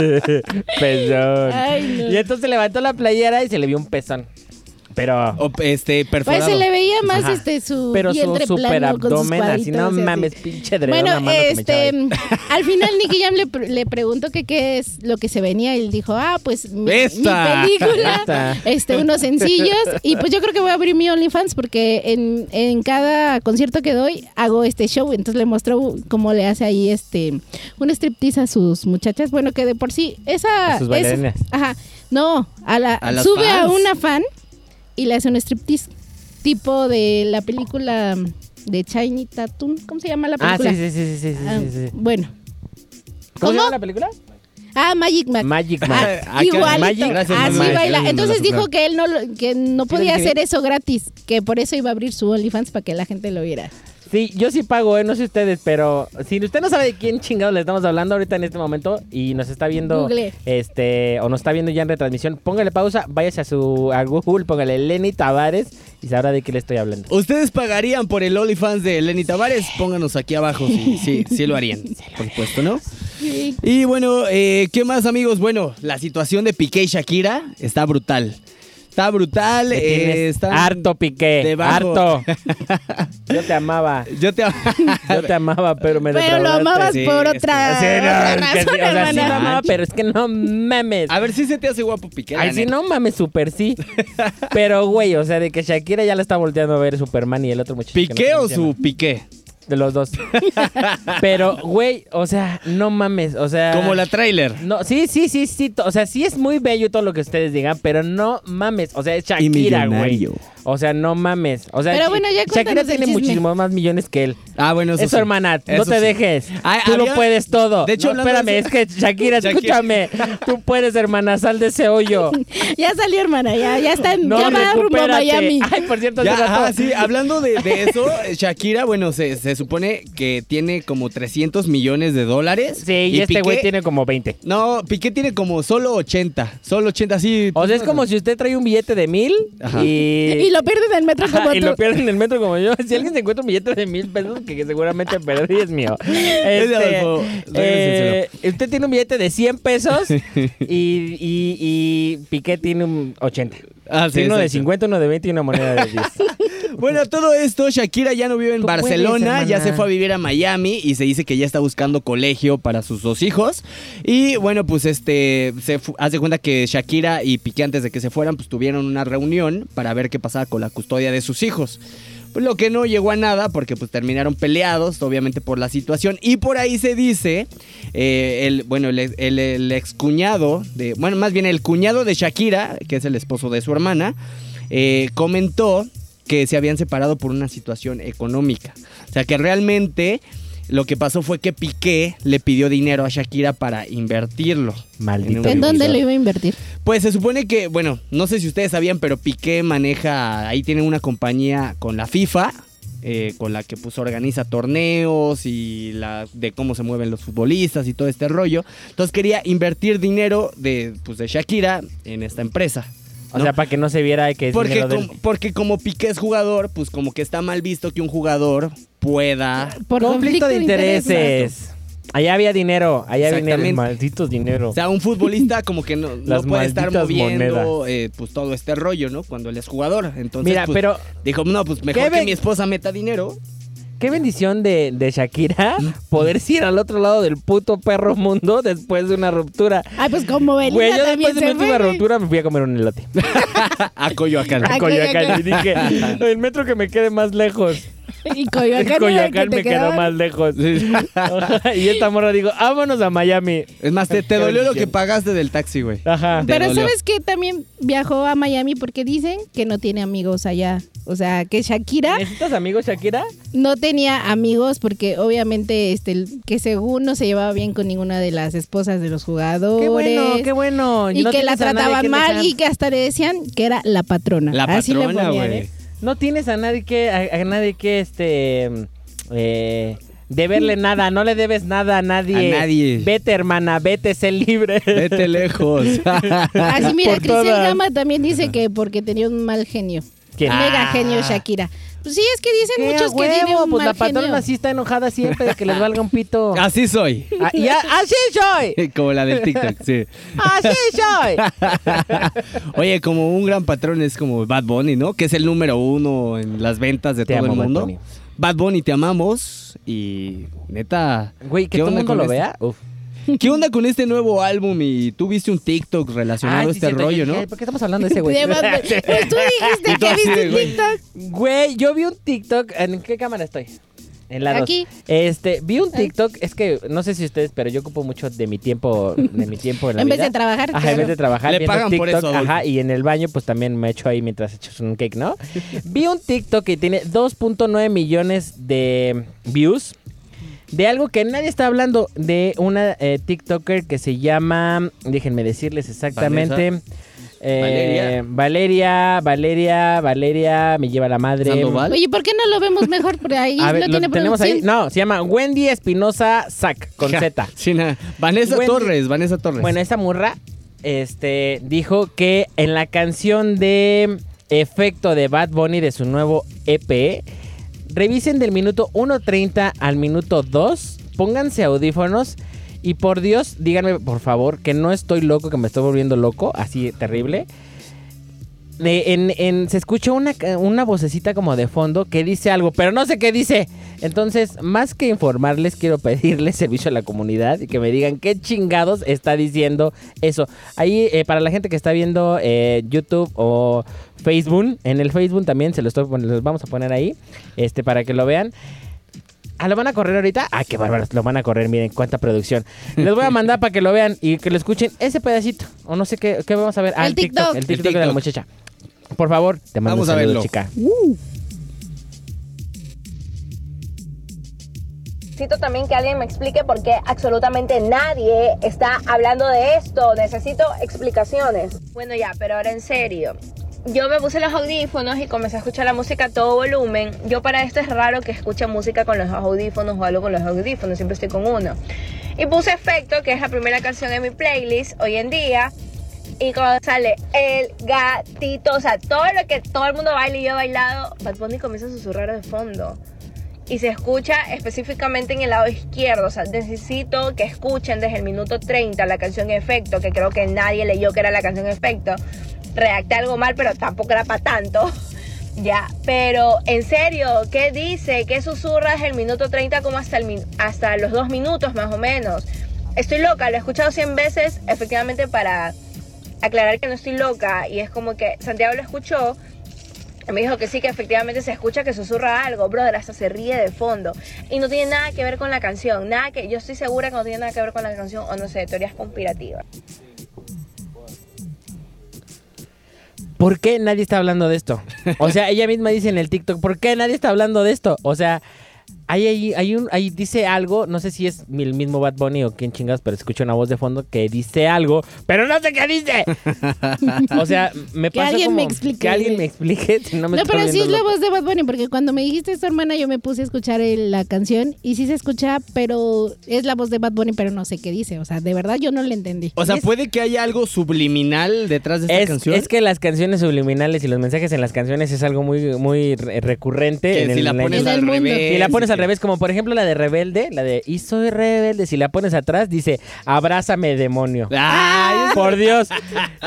S3: pezón.
S1: Ay, no.
S3: Y entonces levantó la playera y se le vio un pezón. Pero.
S2: O, este, perforado.
S1: Pues se le veía más
S3: Ajá.
S1: este su
S3: Pero su
S1: vientre
S3: super
S1: plano con sus
S3: abdomen, así no
S1: cuadritos y
S3: mames, pinche dredón, la
S1: Bueno,
S3: mano que me echaba
S1: este,
S3: ahí.
S1: *laughs* al final Nicky Jam le, pre- le preguntó que qué es lo que se venía y él dijo, ah, pues mi, mi
S2: Esta.
S1: película,
S3: *laughs* Esta.
S1: este, unos sencillos y pues yo creo que voy a abrir mi OnlyFans porque en, en cada concierto que doy hago este show, entonces le mostró cómo le hace ahí este un striptease a sus muchachas, bueno, que de por sí esa...
S3: A sus
S1: es-
S3: bailarinas.
S1: ajá, no, a la,
S2: A las
S1: sube a
S2: fans.
S1: una fan y le hace un striptease tipo de la película de Chiny Tatum, ¿cómo se llama la
S3: Ah,
S1: película?
S3: sí, sí, sí, sí, sí,
S1: Ah,
S3: sí, sí.
S1: Bueno.
S3: ¿Cómo,
S1: ¿Cómo?
S3: se llama la película?
S1: Ah, Magic Mac.
S3: Magic
S1: Ah,
S3: Mike.
S2: Acá-
S1: igualito.
S3: Magic,
S2: gracias,
S1: así
S2: mamá.
S1: baila.
S2: Gracias,
S1: Entonces
S2: mamá.
S1: dijo que él no lo- que no podía
S3: dije
S1: hacer eso gratis, que por eso iba a abrir su OnlyFans para que la gente lo viera.
S3: Sí, yo sí pago, ¿eh? no sé ustedes, pero si usted no sabe de quién chingado le estamos hablando ahorita en este momento y nos está viendo,
S1: Google.
S3: este, o nos está viendo ya en retransmisión, póngale pausa, váyase a su a Google, póngale Lenny Tavares y sabrá de qué le estoy hablando.
S2: ¿Ustedes pagarían por el OnlyFans de Lenny Tavares? Pónganos aquí abajo si sí, sí lo harían, por supuesto, ¿no? Y bueno, eh, ¿qué más amigos? Bueno, la situación de Piqué y Shakira está brutal. Está brutal.
S3: Me
S2: eh,
S3: tienes
S2: está-
S3: harto piqué.
S2: debajo.
S3: Harto. Yo te amaba.
S2: Yo te. *laughs*
S3: Yo te amaba, pero me
S1: Pero lo
S3: defraudaste.
S1: amabas
S2: sí,
S1: por
S2: es que-
S1: otra,
S3: Sí, no,
S1: otra
S3: es que sí,
S1: razón,
S3: o sea, sí lo
S1: hermana.
S3: amaba, pero es que no mames.
S2: A ver si se te hace guapo Piqué. la
S3: Ay, sí,
S2: neta.
S3: no mames,
S2: *laughs*
S3: super sí. Pero, güey, o sea, de que Shakira ya la está volteando a ver Superman y el otro muchacho. que no sé
S2: ¿Piqué
S3: cómo
S2: o
S3: se llama.
S2: su Piqué?
S3: De
S2: *laughs*
S3: los dos. Pero, güey, o sea, no mames, o sea...
S2: Como la trailer.
S3: No, sí, sí, sí, sí. to- O sea, sí es muy bello todo lo que ustedes digan, pero no mames. O sea, es Shakira, güey. O sea, no mames. O sea,
S1: Pero bueno, ya
S3: Shakira
S1: cuéntanos el
S3: tiene
S1: chisme.
S3: muchísimos más millones que él.
S2: Ah, bueno, eso
S3: Eso,
S2: sí.
S3: hermana, no
S2: Eso
S3: te
S2: sí.
S3: dejes.
S2: Ah,
S3: tú
S2: había-
S3: lo puedes todo.
S2: De hecho,
S3: No,
S2: hablando
S3: espérame,
S2: de-
S3: es que
S2: Shakira.
S3: Shakira, escúchame. tú puedes, hermana, sal de ese
S1: *laughs*
S3: hoyo.
S1: Ya salió, hermana, ya, ya está en,
S3: No,
S1: ya va rumbo a
S3: recupérate.
S1: Miami.
S3: Ay, por cierto,
S2: Ya,
S3: hace rato-
S2: ajá, sí, hablando de, de eso, eh, Shakira, bueno, se, se supone que tiene como 300 millones de dólares.
S3: Sí, y, este
S2: Piqué-
S3: güey tiene como 20.
S2: No, Piqué tiene como solo 80. Solo 80, sí.
S3: O sea, es como si usted trae un billete de mil
S2: Ajá.
S1: Y
S3: y...
S1: lo pierden en el metro
S3: *laughs* Ajá,
S1: como
S3: y
S1: tú.
S3: lo pierden en el metro como yo. Si alguien se encuentra un billete de mil pesos, que que seguramente perdí es mío. Este,
S2: *laughs* Es de Adolfo,
S3: eh,
S2: regrésenselo.
S3: usted tiene un billete de
S2: *laughs*
S3: 100 pesos y, y, y Piqué tiene un 80.
S2: Ah, sí,
S3: uno de
S2: exacto.
S3: 50, uno de 20 y una moneda
S2: *laughs*
S3: de 10.
S2: Bueno, todo esto, Shakira ya no vive en
S3: Tú puedes,
S2: Barcelona, ya
S3: hermana.
S2: se fue a vivir a Miami y se dice que ya está buscando colegio para sus dos hijos. Y bueno, pues este, se fu- haz de cuenta que Shakira y Piqué antes de que se fueran, pues tuvieron una reunión para ver qué pasaba con la custodia de sus hijos. Pues, Lo que no llegó a nada porque pues terminaron peleados, obviamente por la situación. Y por ahí se dice, eh, el, bueno, el, ex- el, el excuñado de, bueno, más bien el cuñado de Shakira, que es el esposo de su hermana, eh, comentó que se habían separado por una situación económica. O sea que realmente lo que pasó fue que Piqué le pidió dinero a Shakira para invertirlo.
S3: Maldito.
S2: un
S1: ¿En dónde
S2: videojuego.
S1: lo iba a invertir?
S2: Pues se supone que, bueno, no sé si ustedes sabían, pero Piqué maneja, ahí tiene una compañía con la FIFA, eh, con la que pues organiza torneos y la, de cómo se mueven los futbolistas y todo este rollo. Entonces quería invertir dinero de, pues, de Shakira en esta empresa.
S3: O
S2: ¿no?
S3: sea, para que no se viera que es
S2: porque,
S3: dinero del-
S2: com- porque como Piqué es jugador, pues como que está mal visto que un jugador pueda...
S1: Por
S3: conflicto, de intereses. Allá había dinero, allá había dinero.
S2: Exactamente.
S3: Malditos dinero.
S2: O sea, un
S3: *laughs*
S2: futbolista como que no, no
S3: Las
S2: puede estar
S3: malditas
S2: moviendo eh, pues todo este rollo, ¿no? Cuando él es jugador. Entonces,
S3: Mira,
S2: pues,
S3: pero
S2: Dijo, no, pues mejor que
S3: Kevin-
S2: mi esposa meta dinero. *laughs*
S3: Qué bendición de, de Shakira poderse ir al otro lado del puto perro mundo después de una ruptura.
S1: Ay, pues como Belinda
S3: Güey, yo
S1: también
S3: después de mi
S1: se fue. Ah,
S3: última
S1: güey.
S3: ruptura me fui a comer un elote.
S2: A Coyoacán.
S1: A
S3: A
S1: Coyoacán.
S3: Coyoacán. Y dije, el metro que me quede más lejos.
S1: *laughs* Y *laughs*
S3: Y *laughs*
S1: Coyoacán, era el
S3: Coyoacán
S1: que te
S3: me quedó
S1: quedaba.
S3: más lejos. *laughs* y esta morra dijo, vámonos a Miami.
S2: Es más, te, te
S3: Qué
S2: dolió lo que
S3: bendición.
S2: pagaste del taxi, güey.
S3: Ajá.
S2: Te
S1: Pero
S2: dolió.
S1: ¿sabes que También viajó a Miami porque dicen que no tiene amigos allá. O sea, que Shakira
S3: ¿Necesitas amigos, Shakira?
S1: no tenía amigos porque obviamente este el- que según no se llevaba bien con ninguna de las esposas de los jugadores.
S3: Qué bueno, qué bueno.
S1: Y
S3: No
S1: que la
S3: tienes a nadie
S1: trataban
S3: que le
S1: mal
S3: sea-
S1: y que hasta le decían que era la patrona.
S2: La
S1: Así le
S2: patrona,
S1: ponían,
S2: güey.
S1: ¿eh?
S3: No tienes a nadie que, a, a nadie que, este, eh, deberle nada, no le debes nada a nadie.
S2: A nadie.
S3: Vete, hermana, vete,
S2: *laughs*
S3: sé libre.
S2: Vete
S3: *laughs*
S2: lejos. *laughs*
S1: Así mira,
S3: Por
S1: Cristian
S3: todas.
S1: Gama también dice que porque tenía un mal genio.
S3: ¿Quién?
S1: Mega
S2: Ah.
S1: genio Shakira. Pues sí, es que dicen
S3: ¿Qué,
S1: muchos
S3: a
S1: que tiene
S3: huevo?
S1: un
S3: Pues
S1: mal
S3: la patrona
S1: genio.
S3: sí está enojada siempre de que les valga un pito.
S2: *laughs* Así soy.
S3: Ah, y a- así soy.
S2: *laughs* Como la del TikTok, sí.
S3: Así soy.
S2: *laughs* Oye, como un gran patrón es como Bad Bunny, ¿no? Que es el número uno en las ventas de
S3: Te
S2: todo
S3: amo,
S2: el
S3: Bad
S2: mundo.
S3: Bunny.
S2: Bad Bunny, te amamos. Y neta.
S3: Güey,
S2: ¿qué
S3: que todo el
S2: onda
S3: mundo
S2: con
S3: lo
S2: este-
S3: vea. Uf.
S2: *laughs* ¿Qué onda con este nuevo álbum? Y tú viste un TikTok relacionado
S3: Ay,
S2: a
S3: Ah, sí,
S2: este
S3: cierto, yo
S2: rollo,
S3: dije,
S2: ¿no?
S3: "Ay, ¿Por qué estamos hablando de ese güey? *laughs*
S1: De Bad Bunny. Pues tú dijiste
S2: Y tú
S1: que
S2: así
S1: viste
S2: de,
S1: un
S2: güey.
S1: TikTok.
S3: Güey, yo vi un TikTok. ¿En qué cámara estoy? En la dos.
S1: Aquí.
S3: Este, vi un TikTok. Es que no sé si ustedes, pero yo ocupo mucho de mi tiempo, de mi tiempo en la
S1: *laughs* En vez
S3: vida.
S1: de trabajar.
S3: Ajá, en
S1: claro.
S3: vez de trabajar
S2: Le
S3: viendo
S2: pagan por
S3: TikTok,
S2: eso, Adolfo.
S3: ajá, y en el baño pues también me echo ahí mientras echas un cake,
S1: *laughs*
S3: ¿no? Vi un TikTok que tiene 2.9 millones de views de algo que nadie está hablando de una eh, TikToker que se llama, déjenme decirles exactamente eh, Valeria, Valeria, Valeria, me lleva la madre.
S2: Sandoval. *laughs*
S1: Oye, ¿por qué no lo vemos mejor por ahí?
S3: A ver,
S1: no
S3: ¿lo
S1: tiene
S3: tenemos ahí?
S1: producción.
S3: No, se llama Wendy Espinosa Zack con
S2: Ja,
S3: Z.
S2: sí, nada. Vanessa
S3: Wendy-
S2: Torres, Vanessa Torres.
S3: Bueno, esta murra este, dijo que en la canción de efecto de Bad Bunny de su nuevo EP, revisen del minuto 1.30 al minuto 2, pónganse audífonos y por Dios, díganme por favor que no estoy loco, que me estoy volviendo loco, así terrible. eh, en- en- se escucha una, ca- una vocecita como de fondo que dice algo, pero no sé qué dice. Entonces, más que informarles, quiero *laughs* pedirles servicio a la comunidad y que me digan qué chingados está diciendo eso. Ahí, eh, para la gente que está viendo eh, YouTube o Facebook, en el Facebook también se los, estoy pon- los vamos a poner ahí este, para que lo vean. Ah, ¿lo van a correr ahorita? Ah, qué bárbaros, lo van a correr, miren cuánta producción. Les voy a mandar para que lo vean y que lo escuchen ese pedacito. O no sé qué, qué vamos a ver. Ah,
S1: El TikTok.
S3: El
S1: El
S3: TikTok de la
S2: TikTok.
S3: muchacha. Por favor, te mando
S2: Vamos
S3: un
S2: a
S3: saludo,
S2: verlo.
S3: chica.
S4: Necesito también que alguien me explique por qué absolutamente nadie está hablando de esto. Necesito explicaciones. Bueno, ya, pero ahora en serio. Yo me puse los audífonos y comencé a escuchar la música a todo volumen. Yo para esto es raro que escuche música con los audífonos o algo con los audífonos, siempre estoy con uno. Y puse efecto, que es la primera canción de mi playlist hoy en día. Y cuando sale el gatito, o sea, todo lo que todo el mundo baila y yo he bailado, Bad Bunny comienza a susurrar de fondo y se escucha específicamente en el lado izquierdo. O sea, necesito que escuchen desde el minuto 30 la canción Efecto, que creo que nadie leyó que era la canción Efecto. Redacté algo mal, pero tampoco era para tanto. *laughs* Ya, pero en serio, ¿qué dice? ¿Qué susurra desde el minuto 30 como hasta, el min- hasta los dos minutos más o menos? Estoy loca, lo he escuchado 100 veces, efectivamente para aclarar que no estoy loca. Y es como que Santiago lo escuchó me dijo que sí, que efectivamente se escucha que susurra algo, brother, hasta se ríe de fondo. Y no tiene nada que ver con la canción, nada que, yo estoy segura que no tiene nada que ver con la canción, o no sé, teorías conspirativas.
S3: ¿Por qué nadie está hablando de esto? O sea, ella misma dice en el TikTok, ¿por qué nadie está hablando de esto? O sea, hay, ahí- hay un, ahí dice algo, no sé si es el mismo Bad Bunny o quién chingas, pero escucho una voz de fondo que dice algo, pero no sé qué dice. O sea, me
S1: Que
S3: pasa
S1: alguien me
S3: como
S1: explique.
S3: Que alguien me explique. si no, me
S1: No,
S3: estoy
S1: pero sí
S3: volviendo
S1: es la
S3: loco.
S1: voz de Bad Bunny, porque cuando me dijiste esto, hermana, yo me puse a escuchar el- la canción y sí se escucha, pero es la voz de Bad Bunny, pero no sé qué dice. O sea, de verdad yo no le entendí.
S2: O sea,
S3: Es-
S2: puede que haya algo subliminal detrás de esta
S3: Es,
S2: canción.
S3: es que las canciones subliminales y los mensajes en las canciones es algo muy, muy re- recurrente.
S2: Que
S3: en
S2: si
S3: el-
S2: la
S3: en la
S2: pones
S1: en
S2: al
S1: el mundo.
S2: revés.
S3: Si la pones
S2: y
S3: al
S2: que-
S3: revés, como por ejemplo la de Rebelde, la de Y soy rebelde, si la pones atrás, dice Abrázame demonio.
S2: ¡Ay!
S3: *laughs* Por Dios.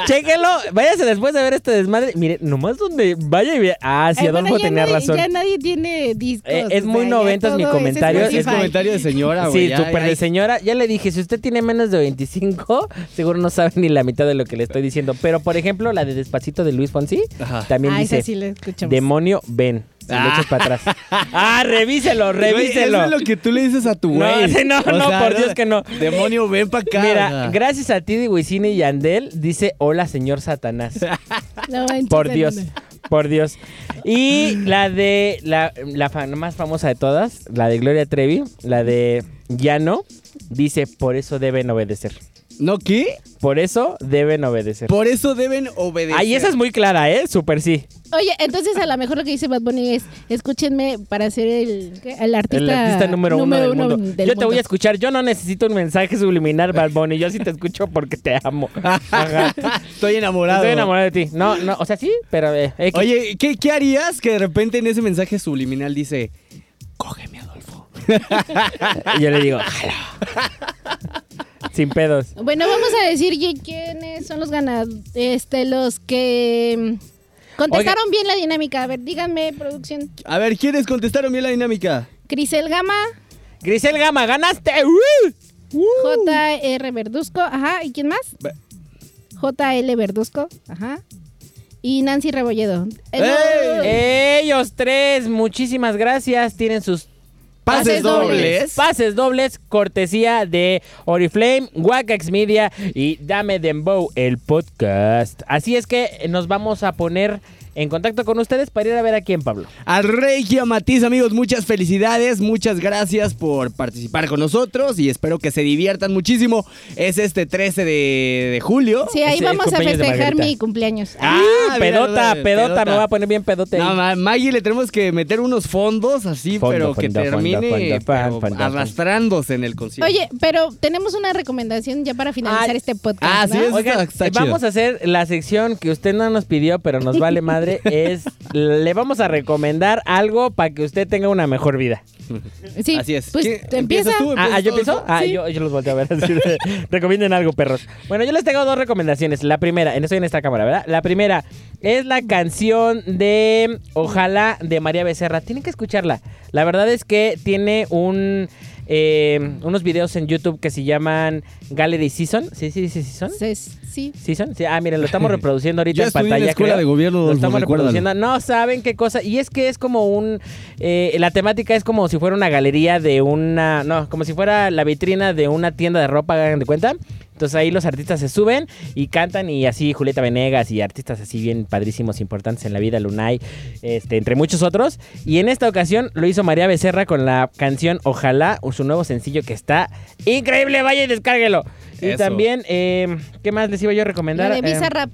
S3: Chéquenlo, váyase después de ver este desmadre. Mire, nomás donde vaya y vea. Ah, sí,
S1: Hermana,
S3: Adolfo
S1: Eh, ya
S3: tenía
S1: nadie-
S3: razón.
S1: Ya nadie tiene discos.
S3: Eh, es
S1: o
S3: muy
S1: sea, ya
S3: noventas mi
S1: todo es
S3: comentario,
S2: Es,
S1: Spotify.
S2: es comentario de señora, Ah, güey.
S3: Sí,
S2: ya,
S3: súper
S2: ya.
S3: de señora. Ya le dije, si usted tiene menos de 25, seguro no sabe ni la mitad de lo que le estoy diciendo. Pero, por ejemplo, la de Despacito de Luis Fonsi,
S2: Ajá.
S3: también
S1: Ah, esa
S3: dice,
S1: sí la escuchamos.
S3: demonio, ven. Y le echas para
S2: *laughs*
S3: atrás. ¡Ah, revíselo,
S2: Güey,
S3: revíselo!
S2: Eso es lo que tú le dices a tu
S3: No,
S2: güey.
S3: *laughs* sí, no, no, por Dios que no.
S2: Demonio, ven para acá. o
S3: Mira,
S2: sea.
S3: gracias a ti, Wisin y Yandel, dice hola, señor Satanás.
S1: *laughs* No manches,
S3: Por Dios,
S1: hermana.
S3: por Dios. Y la de la, la fan- más famosa de todas, la de Gloria Trevi, la de Llano, dice por eso deben obedecer.
S2: ¿No qué?
S3: Por eso deben obedecer.
S2: Por eso deben obedecer. *laughs*
S3: Ahí esa es muy clara, ¿eh? Súper sí.
S1: Oye, entonces a lo mejor lo que dice Bad Bunny es, escúchenme para ser el, ¿qué? el artista,
S3: El artista número, uno del mundo.
S1: del
S3: yo te voy a
S1: mundo.
S3: escuchar. Yo no necesito un mensaje subliminal, Bad Bunny. Yo sí te escucho porque te
S2: *laughs*
S3: amo. Ajá.
S2: Estoy enamorado.
S3: Estoy enamorado de ti. No, no, o sea, sí, pero... eh, X.
S2: Oye, ¿qué, qué harías que de repente en ese mensaje subliminal dice, cógeme, Adolfo?
S3: Y yo le digo, "Jalo". Sin pedos.
S1: Bueno, vamos a decir qui- quiénes son los ganadores, este, los que mm, contestaron bien la dinámica. A ver, díganme, producción.
S2: A ver, ¿quiénes contestaron bien la dinámica?
S1: Crisel Gama,
S3: Grisel Gama, ganaste. ¡Uh!
S1: JR Verduzco, ajá, ¿y quién más?
S2: Ve-
S1: JL Verduzco, ajá. Y Nancy Rebolledo. Eh, no,
S2: ¡Ey!
S3: Ellos tres, muchísimas gracias. Tienen sus
S2: Pases
S1: Pases
S2: dobles.
S1: dobles.
S3: pases dobles, cortesía de Oriflame, Wacax Media y Dame Dembow, el podcast. Así es que nos vamos a poner en contacto con ustedes para ir a ver a quién, Pablo.
S2: A Regia Matiz, amigos, muchas felicidades, muchas gracias por participar con nosotros y espero que se diviertan muchísimo. Es este 13 de, de julio.
S1: Sí, ahí
S3: Ese
S1: vamos a
S3: cumpleaños de
S1: festejar
S3: Margarita.
S1: mi cumpleaños.
S2: Ah,
S3: ¡Ah,
S2: mira,
S3: pedota,
S2: mira,
S3: pedota,
S2: pedota.
S3: me voy a poner bien pedote. ahí.
S2: No, ma- Maggie le tenemos que meter unos fondos así,
S3: Fondo,
S2: pero que
S3: fondo, fondo,
S2: termine
S3: fondo, pan,
S2: pero
S3: fondo,
S2: arrastrándose en el concierto.
S1: Oye, pero tenemos una recomendación ya para finalizar
S3: Ay.
S1: este podcast.
S2: Ah, sí
S1: ¿no?
S2: es.
S3: Oigan,
S2: está- está
S3: eh,
S2: chido.
S3: vamos a hacer la sección que usted no nos pidió, pero nos vale
S2: *laughs*
S3: más madre es le vamos a recomendar algo para que usted tenga una mejor vida.
S1: Sí,
S2: Así es.
S1: Pues
S2: ¿Quién-
S1: te empieza.
S2: empiezas tú?
S3: Ah, ah, ¿yo
S2: Pues,
S3: pienso? Ah,
S1: sí.
S3: yo, yo los volteo a ver. así de, *laughs* recomienden algo, perros. Bueno, yo les tengo dos recomendaciones. La primera, en estoy en esta cámara, ¿verdad? La primera es la canción de Ojalá de María Becerra. Tienen que escucharla. La verdad es que tiene un eh, unos videos en YouTube que se llaman Gallery Season. ¿Sí, sí, sí, Season?
S1: Es- sí.
S3: ¿Season? Sí, ah, miren,
S2: *laughs*
S3: lo estamos reproduciendo ahorita
S2: Yo
S3: en
S2: estudié en
S3: pantalla.
S2: la escuela
S3: creo.
S2: de gobierno,
S3: Lo
S2: Adolfo,
S3: estamos
S2: recuérdalo.
S3: reproduciendo. No saben qué cosa. Y es que es como un. eh, la temática es como si fuera una galería de una. No, como si fuera la vitrina de una tienda de ropa, hagan de cuenta. Entonces ahí los artistas se suben y cantan y así Julieta Venegas y artistas así bien padrísimos, importantes en la vida, Lunay, este, entre muchos otros. Y en esta ocasión lo hizo María Becerra con la canción Ojalá, su nuevo sencillo que está increíble, vaya y descárguelo. Y
S2: Eso.
S3: también, eh, ¿qué más les iba yo a recomendar?
S1: La de
S3: Eh,
S1: Bizarrap.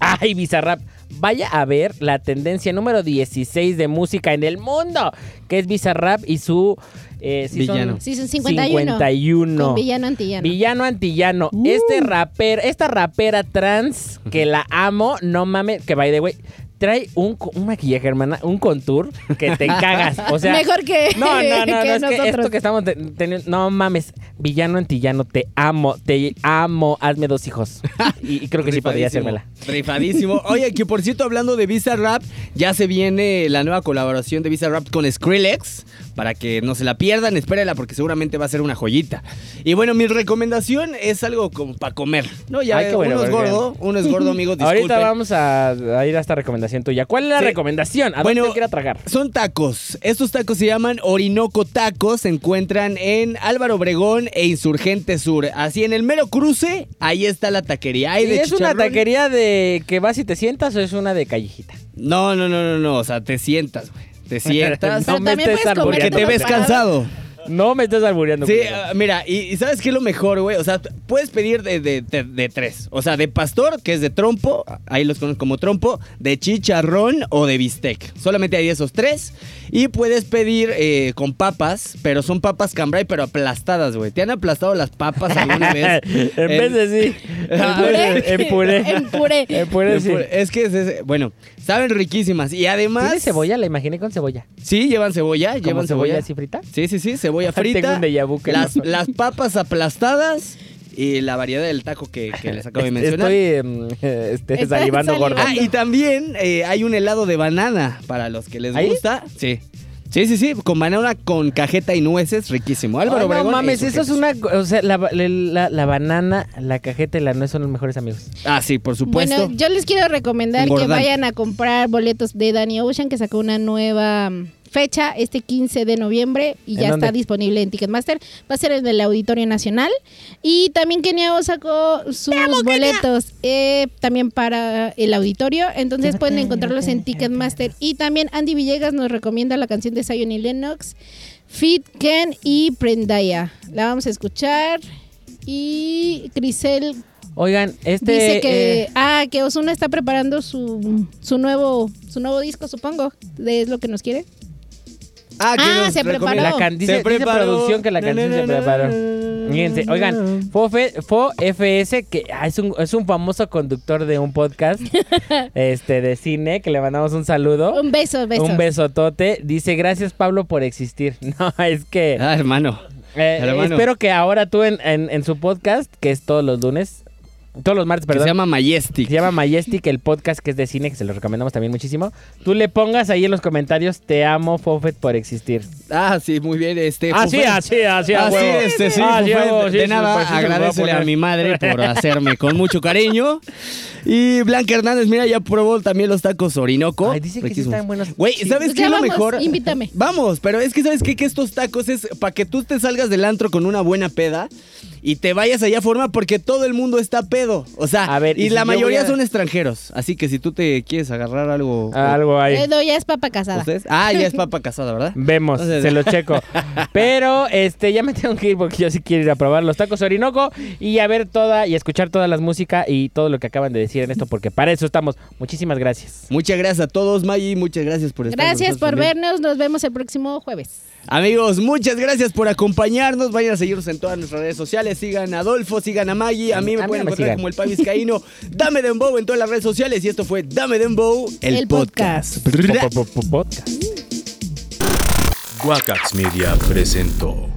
S3: Ay, Bizarrap. Vaya a ver la tendencia número 16 de música en el mundo, que es Bizarrap y su... eh, sí son
S2: Villano.
S1: Sí, son 51.
S3: 51.
S1: Con villano Uh. antillano.
S3: Villano antillano. Este rapero, esta rapera trans que la amo, no mames, que by the way, trae un, co- un maquillaje, hermana, un contour
S1: *laughs*
S3: que te cagas. O sea,
S1: Mejor *laughs* que.
S3: no, no, no, no,
S1: que
S3: es que
S1: nosotros.
S3: esto que estamos te- teniendo, no mames, villano antillano, te amo, te amo, hazme dos hijos. Y, y creo que sí podría
S2: Rifadísimo,
S3: hacérmela.
S2: Rifadísimo.
S3: *laughs*
S2: Oye, que por cierto, hablando de Visa Rap, ya se viene la nueva colaboración de Visa Rap con Skrillex. Para que no se la pierdan, espérenla porque seguramente va a ser una joyita. Y bueno, mi recomendación es algo como para comer. No, ya
S3: Ay, qué bueno,
S2: uno es
S3: porque-
S2: gordo, uno es gordo, amigos, disculpen.
S3: *laughs* Ahorita vamos a, a ir a esta recomendación tuya. ¿Cuál es la
S2: Sí.
S3: recomendación? ¿A dónde
S2: Bueno,
S3: te quiero tragar?
S2: Son tacos. Estos tacos se llaman Orinoco Tacos. Se encuentran en Álvaro Obregón e Insurgente Sur. Así en el mero cruce, ahí está la taquería. Hay
S3: ¿Y
S2: de
S3: ¿Es una
S2: chicharrón.
S3: taquería de que vas y te sientas o es una de callejita?
S2: No, no, no, no, no. O sea, te sientas, güey.
S3: *laughs*
S2: Te sientas.
S1: Pero también puedes comer
S2: porque
S1: Porque
S2: te
S1: no
S2: ves
S1: me paraba.
S2: cansado.
S3: No me estás albureando.
S2: Sí,
S3: culero.
S2: ah, mira, y, y ¿sabes qué es lo mejor, güey? O sea, t- puedes pedir de, de- de- de tres. O sea, de pastor, que es de trompo, ahí los conozco como trompo, de chicharrón o de bistec. Solamente hay de esos tres. Y puedes pedir eh, con papas, pero son papas cambray, pero aplastadas, güey. ¿Te han aplastado las papas alguna vez?
S3: *laughs* en vez de
S2: *laughs*
S3: sí.
S2: Ah,
S3: En puré.
S1: En puré.
S3: *laughs* En puré, sí.
S2: Es que, es, es- bueno, saben riquísimas. Y además...
S3: ¿Tiene cebolla? La imaginé con cebolla.
S2: Sí, llevan cebolla, llevan
S3: ¿Como cebolla
S2: cebolla.
S3: así frita?
S2: Sí, sí, sí, cebolla frita.
S3: Tengo un déjà vu que
S2: las,
S3: no.
S2: las papas aplastadas y la variedad del taco que, que les acabo de mencionar.
S3: Estoy em, *laughs* este,
S1: Estás
S3: salivando gordo.
S1: salivando.
S2: Ah, y también eh, hay un helado de banana para los que les
S3: ¿Ahí?
S2: gusta. Sí. Sí, sí, sí, con banana, con cajeta y nueces, riquísimo. Álvaro
S3: Ay, no
S2: Obregón e
S3: mames, eso es
S2: insurgentes.
S3: una... O sea, la, la- la banana, la cajeta y la nuez son los mejores amigos.
S2: Ah, sí, por supuesto.
S1: Bueno, yo les quiero recomendar
S2: Engordar.
S1: que vayan a comprar boletos de Danny Ocean, que sacó una nueva mm, fecha este 15 de noviembre y
S3: ¿En
S1: ya
S3: dónde?
S1: está disponible en Ticketmaster. Va a ser en el Auditorio Nacional. Y también Keniao sacó sus boletos eh, también para el auditorio. Entonces pueden encontrarlos en Ticketmaster. Y también Andy Villegas nos recomienda la canción de Zion y Lennox, Fit Ken y Prendaya. La vamos a escuchar. Y Crisel
S3: Oigan, este...
S1: Dice que
S3: eh,
S1: ah que Osuna está preparando su, su nuevo su nuevo disco supongo de- es lo que nos quiere
S2: que
S1: Ah,
S2: nos
S1: se preparó.
S2: recomienda-
S3: La can- dice- dice producción que la canción se preparó. Fíjense, oigan, Fofe- FOFS, que ah, es un, es un famoso conductor de un
S1: *laughs*
S3: podcast este, de cine, que le mandamos un saludo.
S1: un beso beso
S3: Oh, Un besotote. Dice, gracias Pablo por existir. *laughs* No, es que...
S2: Ah, hermano.
S3: eh,
S2: hermano.
S3: espero que ahora tú en, en- en su podcast, que es todos los lunes, todos los martes,
S2: Que
S3: perdón.
S2: se llama Majestic.
S3: Se llama Majestic, el podcast que es de cine, que se lo recomendamos también muchísimo. Tú le pongas ahí en los comentarios, te amo, Fofet, por existir.
S2: Ah, sí, muy bien. Este,
S3: Así,
S2: Fufet.
S3: Ah, así, así, a
S2: Así
S3: huevo.
S2: este, sí,
S3: Ah,
S2: Fufet.
S3: a huevo, sí,
S2: de
S3: sí,
S2: nada,
S3: pues sí, se lo voy a
S2: agradecele a
S3: poner.
S2: mi madre por hacerme con mucho cariño. Y Blanca Hernández, mira, ya probó también los tacos Orinoco.
S3: Ay, dicen que sí
S2: Riquísimos.
S3: están buenos.
S2: Güey,
S3: Sí.
S2: ¿sabes
S1: Pues
S2: qué
S1: ya
S2: es lo
S1: vamos,
S2: mejor?
S1: invítame.
S2: Vamos, pero es que ¿sabes qué? Que estos tacos es para que tú te salgas del antro con una buena peda y te vayas allá a forma porque todo el mundo está pedo. O sea,
S3: A ver,
S2: y,
S3: y
S2: la
S3: si yo
S2: mayoría
S3: voy a-
S2: son extranjeros. Así que si tú te quieres agarrar algo...
S3: Ah, Algo ahí.
S1: Eh, no, ya es papa casada
S2: ¿Ustedes? Ah, ya es papa casada,
S3: *laughs*
S2: ¿verdad?
S3: Vemos,
S2: Entonces-
S3: se
S2: *laughs*
S3: lo checo. Pero este ya me tengo que ir porque yo sí quiero ir a probar los tacos Orinoco y a ver toda y escuchar todas las música y todo lo que acaban de decir en esto porque para eso estamos. Muchísimas gracias.
S2: Muchas gracias a todos, Maggie. Muchas gracias por estar con
S1: gracias
S2: nosotros
S1: por
S2: también.
S1: vernos nos vemos el próximo jueves
S2: Amigos, muchas gracias por acompañarnos. Vayan a seguirnos en todas nuestras redes sociales. sociales, sigan a Adolfo, sigan a Maggie, a mí me pueden
S3: A mí no me
S2: encontrar
S3: sigan.
S2: como el Paviscaíno. Dame Dembow en todas las redes sociales y esto fue Dame Dembow, el,
S1: El
S2: podcast.
S1: podcast.
S3: Po- po- po- podcast.
S5: Guacax Media presentó.